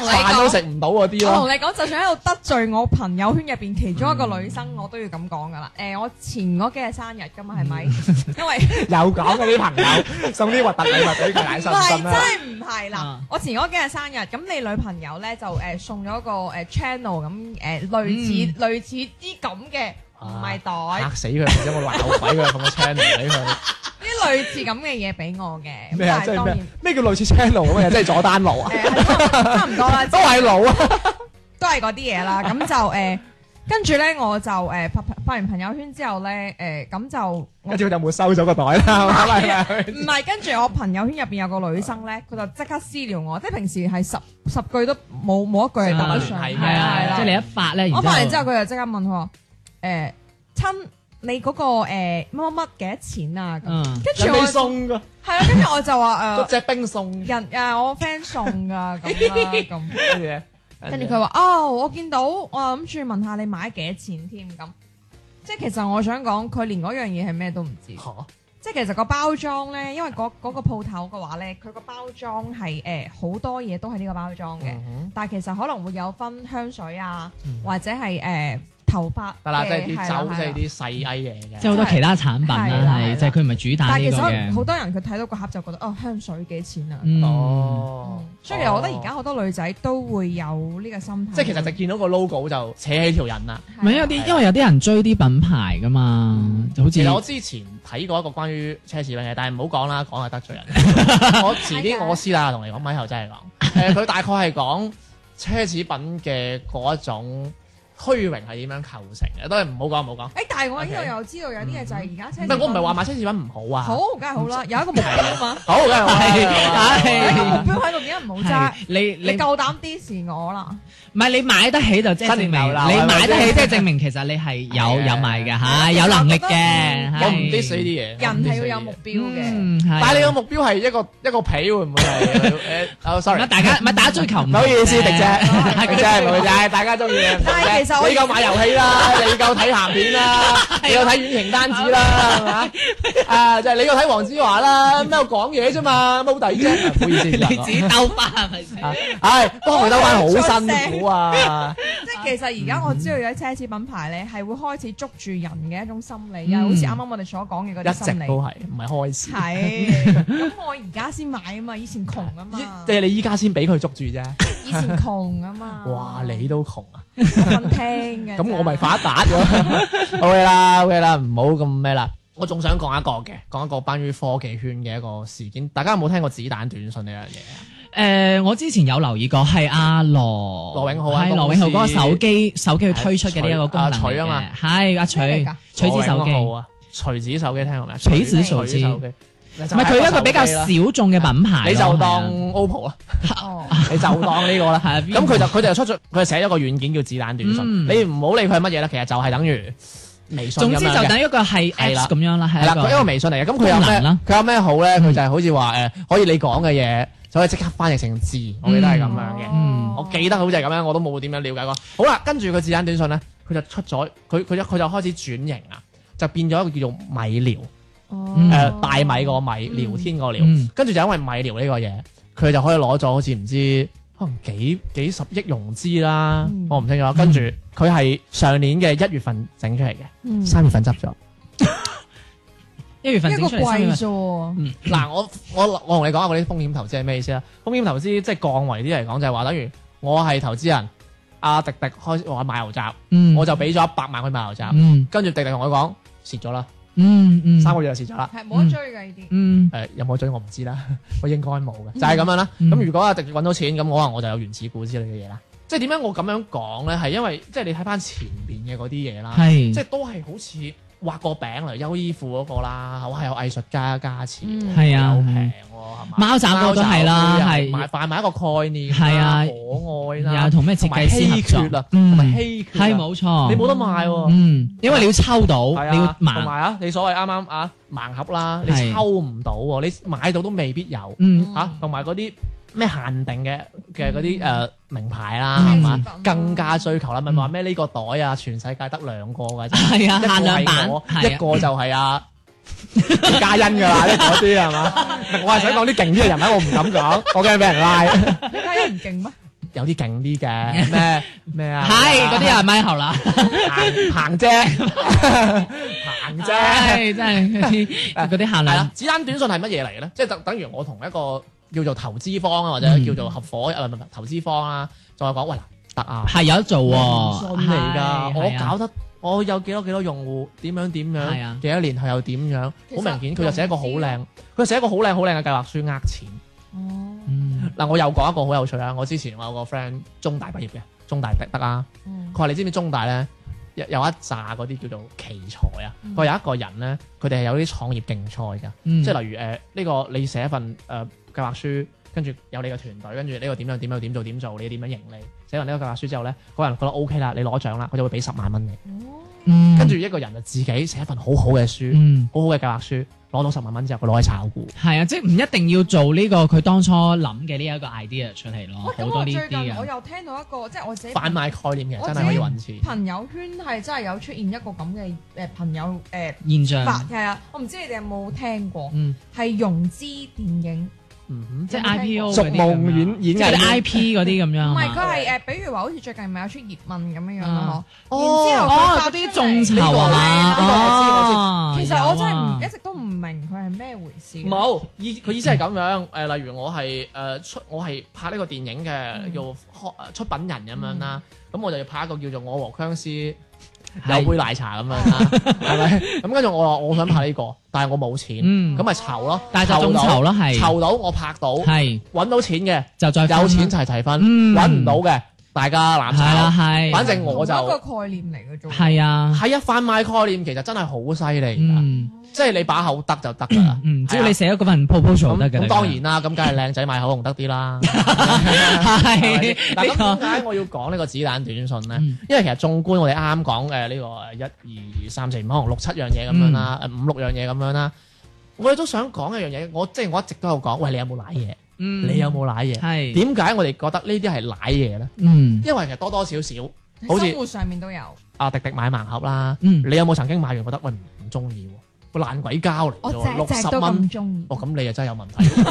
飯都食唔到嗰啲我同咯。你講，就算喺度得罪我朋友圈入邊其中一個女生，我都要咁講噶啦。誒，我前嗰幾日生日噶嘛，係咪？因為有講嗰啲朋友送啲核突禮物俾佢，奶唔信唔係信真啦？係唔係嗱啊，我前嗰幾日生日，咁你女朋友咧就誒送咗個誒 channel 咁誒類似類似啲咁嘅唔係袋嚇，死佢，或者我鬧鬼佢，放個 channel 俾佢。啲類似咁嘅嘢俾我嘅。咁咩啊？但即係係當然咩？咩叫類似 channel 咁嘅？即係佐丹奴啊？誒係差唔多 啦，都係奴啊！都係嗰啲嘢啦。咁就誒，跟住咧我就誒發發完朋友圈之後咧，誒咁就我 跟住佢就沒收咗個袋啦，係咪？唔係跟住我朋友圈入邊有個女生咧，佢就即刻私聊我，即係平時係十十句都冇冇一句係搭得上，係係啊，啦即係你一發咧，我發完之後佢佢就即刻問我：誒親，你嗰個誒乜乜乜幾多錢啊？咁嗯跟人住哋我就送噶，係啊啦，跟住我就 話嗰誒只冰送。人誒我 friend 送㗎咁啦咁。 跟住咧，跟住佢話：哦，我見到，我諗住問下你買幾多錢添咁。即係其實我想講，佢連嗰樣嘢係咩都唔知。嚇即係其實個包裝咧，因為嗰、嗰個鋪頭嘅話咧，佢個包裝係誒好多嘢都係呢個包裝嘅，嗯但係其實可能會有分香水啊，或者係誒、呃、頭髮嘅。得啦，即係係啲啦酒，即係係啦啲細埃嘢即係好嘅。多其他產品係啦，啦係啦係即係佢唔係主打但呢係其個實好嘅。多人佢睇到個盒就覺得哦香水幾錢啊，嗯，哦嗯，所以其實我覺得而家好多女仔都會有呢個心態。啊即係其實就啊見到個 logo 就扯起條人啦。唔係因為有啲因為有啲人追啲品牌噶嘛，就好似其實我之前睇過一個關於奢侈品嘅，但係唔好講啦，講係得罪 人。我遲啲我私底下同你講，咪後真係講。 誒，佢大概係講奢侈品嘅嗰一種虛榮係點樣構成嘅，當然唔好講唔好講。誒，但係我呢度 OK 又知道有啲嘢就係而家車。唔係我唔係話買奢侈品唔好啊，好，梗係好啦，有一個目標 啊嘛，好梗係話係有一個係目標喺度，點解唔好係揸？你你你夠膽 diss 我啦！唔係你買得起就即係證新明年流流你係咪買得起，先即係證明其實你係有係啊有買嘅嚇，有能力嘅。我唔係 diss 呢啲嘢，人係要有目標嘅，嗯，係但係你個目標係一個一個皮會唔會 係？誒，哦唔，sorry，啊係大家唔係大家追求唔唔好意思，迪姐， 迪姐係唔好意思，大家中意嘅。但係其實我你夠買遊戲啦，你夠睇鹹片啦，你夠睇遠程單子啦，係嘛？啊，就係你夠睇黃子華啦，咩講嘢啫嘛，冇底啫。唔好意思，啊你自己兜翻係咪先？唉，幫佢兜翻好辛苦啊！即係其實而家我知道有啲奢侈品牌咧係會開始捉住人嘅一種心理啊，嗯好似啱啱我哋所講嘅嗰一啲直心理都。係，唔係開始。 係，咁我而家先買啊嘛，以前窮啊嘛即，係你依家先俾佢捉住啫。以前窮啊嘛。哇，你都窮啊！瞓聽嘅啫，咁我咪發達 咗。OK 啦，OK 啦，唔好咁咩啦。我仲想講一個嘅，講一個關於科技圈嘅一個事件。大家有冇聽過子彈短信呢樣嘢啊？誒，我之前有留意過係阿羅羅永浩啊係羅永浩嗰個手機手機去推出嘅呢一個功阿能取啊嘛嘅係阿取咩嚟㗎取子我手永浩機啊，锤子手機聽過未啊？取子手機取子手機唔唔係佢一個比較啊小眾嘅品牌咯，你就當係 OPPO 啊，哦，你就當呢個啦。啊係啊咁佢就佢哋就出咗，佢就寫咗個軟件叫子彈短信。嗯你唔好理佢係乜嘢啦，其實就係等於微信總咁之樣就嘅。等一個係係啦 Apps 咁樣啦，係係啦，佢一個微信嚟嘅。咁佢有功能咩啦？佢有咩好咧？佢嗯就係好似話誒，可以你講嘅嘢就可以即刻翻譯成字，我記得係咁樣嘅。哦嗯我記得好似係咁樣，我都冇點樣了解過。好啦，跟住佢子彈短信咧，佢就出咗，佢佢就佢就開始轉型啦，就變咗一個叫做米聊，誒、嗯哦，大米個米，聊天個聊，嗯跟住就因為米聊呢個嘢，佢就可以攞咗好似唔知可能幾幾十億融資啦，嗯我唔清楚。跟住佢係上年嘅一月份整出嚟嘅，嗯三月份執咗。一月份一整個出嚟三月貴份啫喎，嗱，我我我同你講下嗰啲風險投資係咩意思啦？風險投資即係降維啲嚟講，就係話等於我係投資人，阿迪迪開始話買牛雜。嗯我就俾咗一百萬去買牛雜，嗯跟住迪迪同我講蝕咗啦，嗯嗯三個月就蝕咗啦。係冇得追嘅呢啲。嗯誒、有冇追我唔知啦，我應該冇嘅，就係、咁樣啦。咁、嗯如果阿迪迪揾到錢，咁可能我就有原始股之類嘅嘢啦。即係點解我咁樣講咧？係因為即係你睇翻前邊嘅嗰啲嘢啦，係啊即係都係好似畫個餅嚟優衣庫嗰個啦，好係有藝術家加持，嗯係啊又平喎，係嘛？貓爪嗰個都係啦貓爪係買販賣一個概念啦，係啊可愛又啦，同咩設同埋計師合稀缺作啦，，同埋嗯稀缺啦，啊係冇錯，你冇得賣喎。嗯，因為你要抽到，係你要啊，同盲，埋啊，你所謂啱啱啊盲盒啦，係你抽唔到喎，你買到都未必有嗯嚇，同埋嗰啲咩限定嘅嘅嗰啲誒名牌啦，嗯係嘛嗯？更加追求啦，咪話咩呢個袋啊，全世界得兩個㗎啫，係啊，一個限量係版我，係一啊，個就係啊。嘉欣㗎啦，嗰啲係嘛？我係想講啲勁啲嘅人名，我唔敢 講，我驚俾人拉。你家人唔勁 咩？有啲勁啲嘅咩咩啊？ 係嗰啲啊，咪後啦，彭彭姐，彭姐。係真係嗰啲嗰啲限係啊啦量，，子彈短信係乜嘢嚟嘅咧？即係等等於我同一個叫做投資方啊，或者嗯叫做合伙啊，唔係唔係投資方啦，再講喂嗱得啊，係有得做信喎，嚟㗎，係係我啊搞得我有幾多幾多用戶，點樣點係啊樣，幾多年後又點樣，其實啊好明顯佢就寫一個好靚，佢寫一個好靚好靚嘅計劃書呃錢。哦，嗯嗱，我又講一個好有趣啊！我之前我有個 friend 中大畢業嘅，中大得得啊，嗯佢話你知唔知中大咧有有一紮嗰啲叫做奇才啊，嗯佢話有一個人咧，佢哋係有啲創業競賽㗎。嗯即係例如誒呢、個你寫一份誒、呃、計劃書，跟住有你嘅團隊，跟住呢個點樣點樣點做點做，你點樣盈利？寫完呢個計劃書之後咧，嗰人覺得 O K 啦，你攞獎啦，佢就會俾十萬蚊你。嗯跟住一個人就自己寫一份好好嘅書，嗯。好好嘅計劃書，攞到十萬蚊之後，佢攞去炒股。係啊，即係唔一定要做呢、個佢當初諗嘅呢一個 idea 出嚟咯喂，，好咁多我呢最啲近我啊嘅。又聽到一個，即係我自己販賣概念其我實自真己係可以揾錢。朋友圈係真係有出現一個咁嘅誒朋友誒現發象，係啊，我唔知你哋有冇聽過，嗯，係融資電影，嗯即係有哼，IPO 冇逐嗰啲咁夢樣演演即係藝嗰啲圈 IP 嗰啲咁樣唔啊係佢嘛。係誒，比如話好似最近咪有出葉問咁樣樣啊咯，嗬哦然之後佢哦，發嗰出嚟啲眾籌啊呢個嘛，我其實我真係唔有一啊直都唔明佢係咩回事嘅。冇意，佢意思係咁樣。誒、例如我係誒、出，我係拍呢個電影嘅嗯叫開誒出品人咁樣啦。咁、我就要拍一個叫做《我和僵屍嗯係有杯奶茶》咁樣啦， 係咪？咁跟住我話我想拍呢、個，但係我冇錢，嗯咁咪籌咯。但係就眾籌籌咯，係到，籌到我拍到，係揾到錢嘅就再分啦有錢齊齊分，嗯揾唔到嘅大家攬係啦，炒。係，反正我就同一個概念嚟嘅啫喎。係啊，係啊，販賣概念其實真係好犀利㗎，嗯即係你把口得就得㗎啦。嗯，只要係啊你寫咗嗰份 proposal 得咁嘅。咁當然啦，咁梗係靚仔買口紅得啲 啦。係咪係 先嗱，呢咁個點解我要講呢個子彈短信咧？嗯因為其實縱觀我哋啱啱講誒呢個誒一二三四五可能六七樣嘢咁樣啦，誒五六樣嘢咁樣啦，我哋都想講一樣嘢，我即係我一直都有講，喂你有冇賴嘢？嗯你有冇賴嘢？係點解我哋覺得呢啲係賴嘢咧？嗯因為其實多多少少，好似生活上面都有。阿迪迪買盲盒啦，嗯你有冇曾經買完覺得喂唔唔中意喎？個爛鬼膠嚟我嘅喎，六隻隻十都蚊咁。中意哦，。咁你又真係有問題。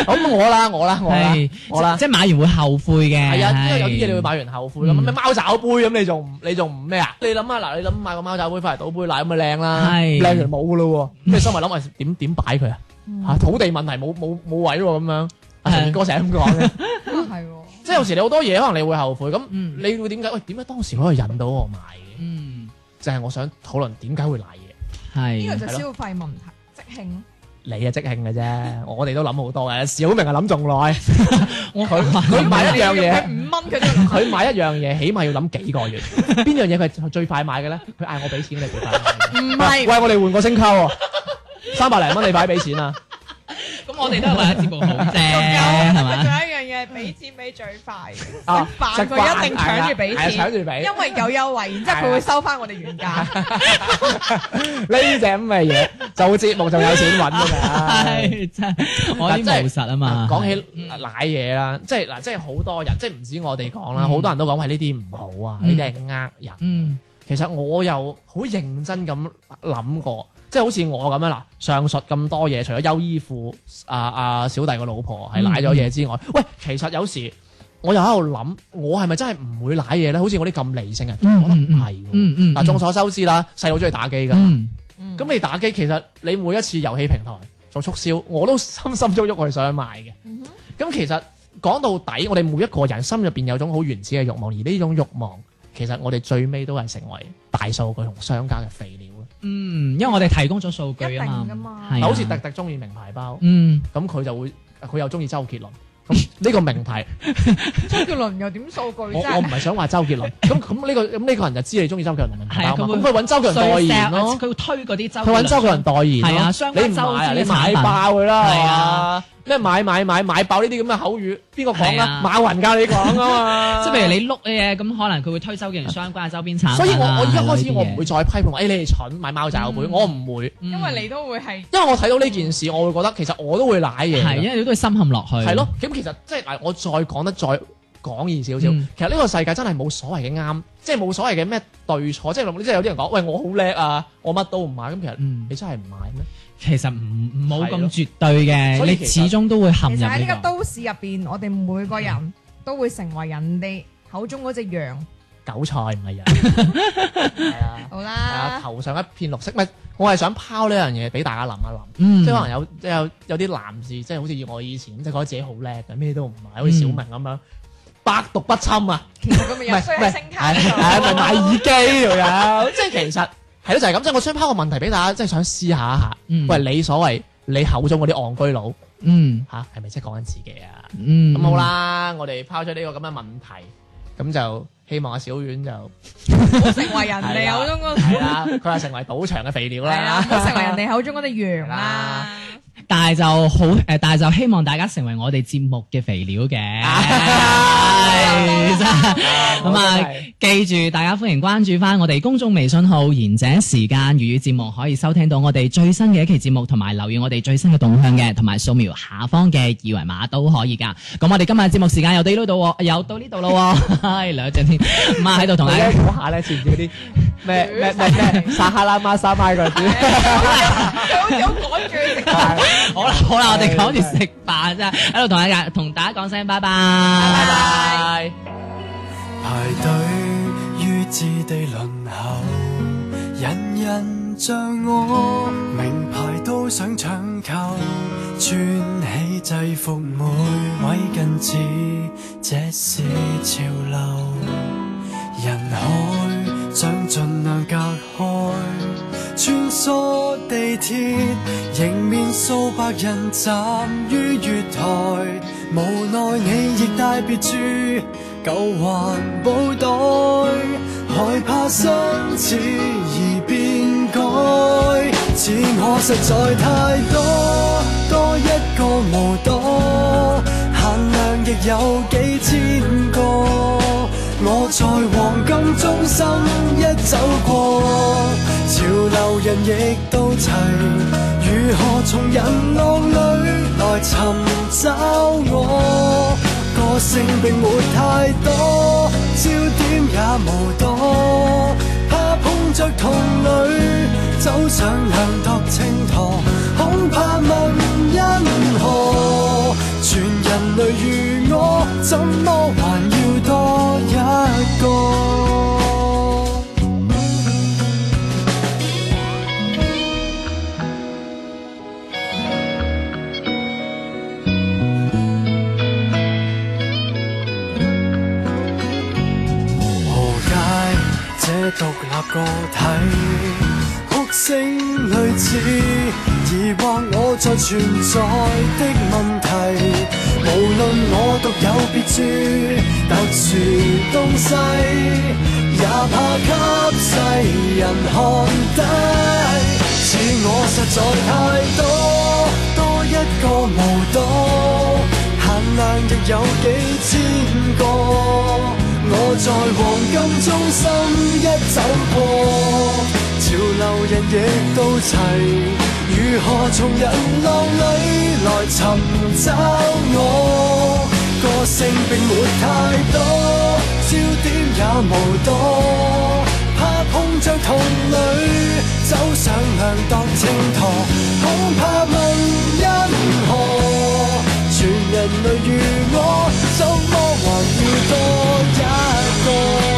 咁我啦，我啦，我啦嗯係，我啦即。即係買完會後悔嘅，係啊，因為有啲嘢你係會買完後悔咁，嗯咩貓爪杯咁你仲唔你仲唔咩啊？你諗下嗱，你諗買個貓爪杯翻嚟倒杯奶咁咪靚啦，係靚完冇噶咯喎，咁你心埋諗喂點點擺佢啊？嗯嚇土地問題冇冇冇位喎咁樣，阿係陳哥成日咁 講嘅，啊係喎。即係有時你好多嘢可能你會後悔，咁嗯你會點解？喂點解當時可以引到我買嘅？嗯就係我想討論點解會賴嘢。呢個係就消費問題，即興。你啊即興嘅啫，我哋都諗好多嘅。小明啊諗仲耐， 我佢佢買一樣嘢。佢五蚊佢都諗佢買一樣嘢，起碼要諗幾個月。邊樣嘢佢係最快買嘅咧？佢嗌我俾錢你最快買。唔喂，係我哋換個星溝喎，三百零蚊你快啲俾錢啊！咁我哋都係為咗節目好啫， 係仲有 一嘛？樣嘢係俾錢俾最快嘅，啊食飯佢一定搶住俾係啊搶錢，住俾，啊因為有優惠，然之後佢會收翻我哋原價。呢只咁嘅嘢做節目就有錢揾㗎啦。係真係，我啲嗱真係務實啊嘛。講起奶嘢啦，即係嗱，即係好多人，即係唔止我哋講啦，好多人都講係呢啲唔好啊，呢嗯啲係呃人。嗯，其實我又好認真咁諗過，即係好似我咁樣嗱，上述咁多嘢，除咗優衣庫啊嗯啊小弟個老婆係奶咗嘢之外，喂，其實有時我又喺度諗，我係咪真係唔會奶嘢咧？好似我啲咁理性嘅，嗯我覺得唔係嗯嗯嗯喎。嗱，眾所周知啦，細佬中意打機㗎。嗯，咁你打機其實你每一次遊戲平台做促銷，我都 深深喐喐去想買嘅。嗯咁、其實講到底，我哋每一個人心入邊有種好原始嘅欲望，而呢種欲望其實我哋最尾都係成為大數據同商家嘅肥料。嗯，因為我哋提供咗數據啊一定嘛㗎嘛，係啊嗱，好似特特中意名牌包，嗯，咁佢就會啊佢又中意周杰 倫。咁呢個名牌，周杰倫又點數據我我唔啫？係想話周杰倫。咁咁呢個咁呢個人就知你中意周杰倫同名牌包嘛。係啊咁佢會佢揾周杰倫代言咯，佢會推嗰啲周，佢揾周杰倫代言咯。係啊相關你唔買啊周知你嘅產買品爆佢啦，係係啊啊！咩買買買買爆呢啲咁嘅口語，邊個講係啊啊？馬雲教你講 啊嘛！即係譬如你碌嘅嘢，咁可能佢會推周杰倫相關嘅周邊產品啊所以我我一開係始咯我呢啲嘢唔會再批判話，哎誒你哋蠢買貓爪會，我唔會，嗯因為你都會係因為我睇到呢件事，我會覺得其實我都會舐嘢係，㗎。因為你都係深陷落去。係咯，，咁其實即係嗱，我再講得再講易少少，嗯其實呢個世界真係冇所謂嘅啱，即係冇所謂嘅咩對錯，即係即係有啲人講，喂我好叻啊，我乜都唔買，咁其實嗯你真係唔買咩？其實唔冇係咯咁絕對嘅，所你以其始實終都會陷其入實喺呢呢個。個都市入邊，我哋每個嗯人都會成為人哋口中嗰只羊。韭菜唔 係人，係啊。好係啊，啦，頭上一片綠色，唔係我係想拋呢樣嘢俾大家諗一諗，嗯即係可能有有有啲男士，即係好似我以前咁，即係覺得自己好叻嘅，咩都唔買，好似小明咁樣，百毒不侵啊，其實佢咪唔又係衰唔喺係，星級係 啊係咪買耳機啊條友？ 即係其實係咯，就係咁。即係我想拋個問題俾大家，即係想思考一下，嗯喂，你所謂你口中嗰啲戇居佬嗯吓，係咪即係講緊自己啊？嗯，咁好，啦，我哋拋出呢個咁嘅問題，咁就希望阿小婉就。唔好成為人哋口中嗰啊係啦，佢係成啊為賭場嘅肥料係啊啦，唔啦。好成為人哋口中嗰只羊啦。但係就好誒，但係就希望大家成為我哋節目嘅肥料 嘅。係真係咁啊！記住，大家歡迎關注翻我哋公眾微信號「賢者時間粵語節目」，可以收聽到我哋最新嘅一期節目，同埋留意我哋最新嘅動向嘅，同埋掃描下方嘅二維碼都可以㗎。咁我哋今日節目時間又到呢度喎，又到呢度咯喎， 係兩陣添，咁啊喺度同大你家咧。估下咧，似唔似嗰啲咩咩咩咩撒哈拉馬沙派嗰啲？佢好似好趕住食好啦好啦，我哋趕住食飯真係，喺度同大家同大家講聲拜拜，拜拜。排隊於置地輪候，人人像我，名牌都想搶購，穿起制服每位近似，這是潮流。人海想盡量隔開，穿梭地鐵，迎面數百人站於月台，無奈你亦帶別注舊環保袋，害怕相似而變改，似我實在太多，多一個無多，限量亦有幾千個。我在黃金中心一走過，潮流人亦都齊，如何從人浪裏來尋找我？個性並沒太多，焦點也無多，怕碰着同類，走上兩托青塘，恐怕問因何？全人類如我，怎麼還要多一個？何解這獨立個體？哭聲類似疑惑我在存在的問題。無論我獨有別處特殊東西，也怕給世人看低。似我實在太多，多一個無度，限量亦有幾千個。我在黃金中心一走過，潮流人亦都齊。如何從人浪裏來尋找我？個性並沒太多，焦點也無多，怕碰着同類，走上兩當青駝，恐怕問因何？全人類如我，怎麼還要多一個？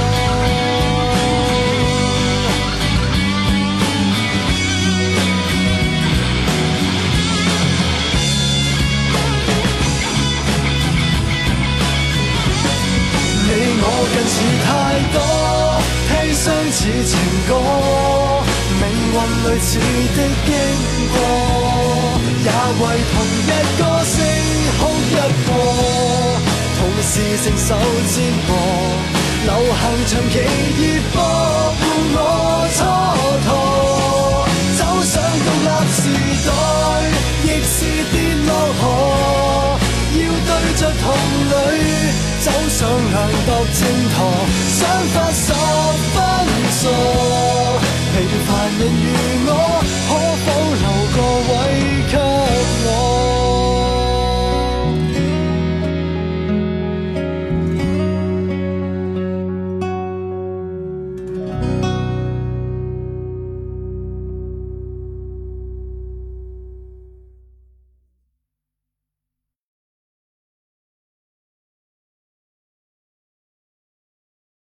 你我近似太多，聽相似情歌，命運類似的經過，也為同一歌聲哭泣過，同時承受折磨。流行長期熱播，伴我蹉跎，走上獨立時代，亦是跌落河，要對着同類。走上兩度正途，想發誓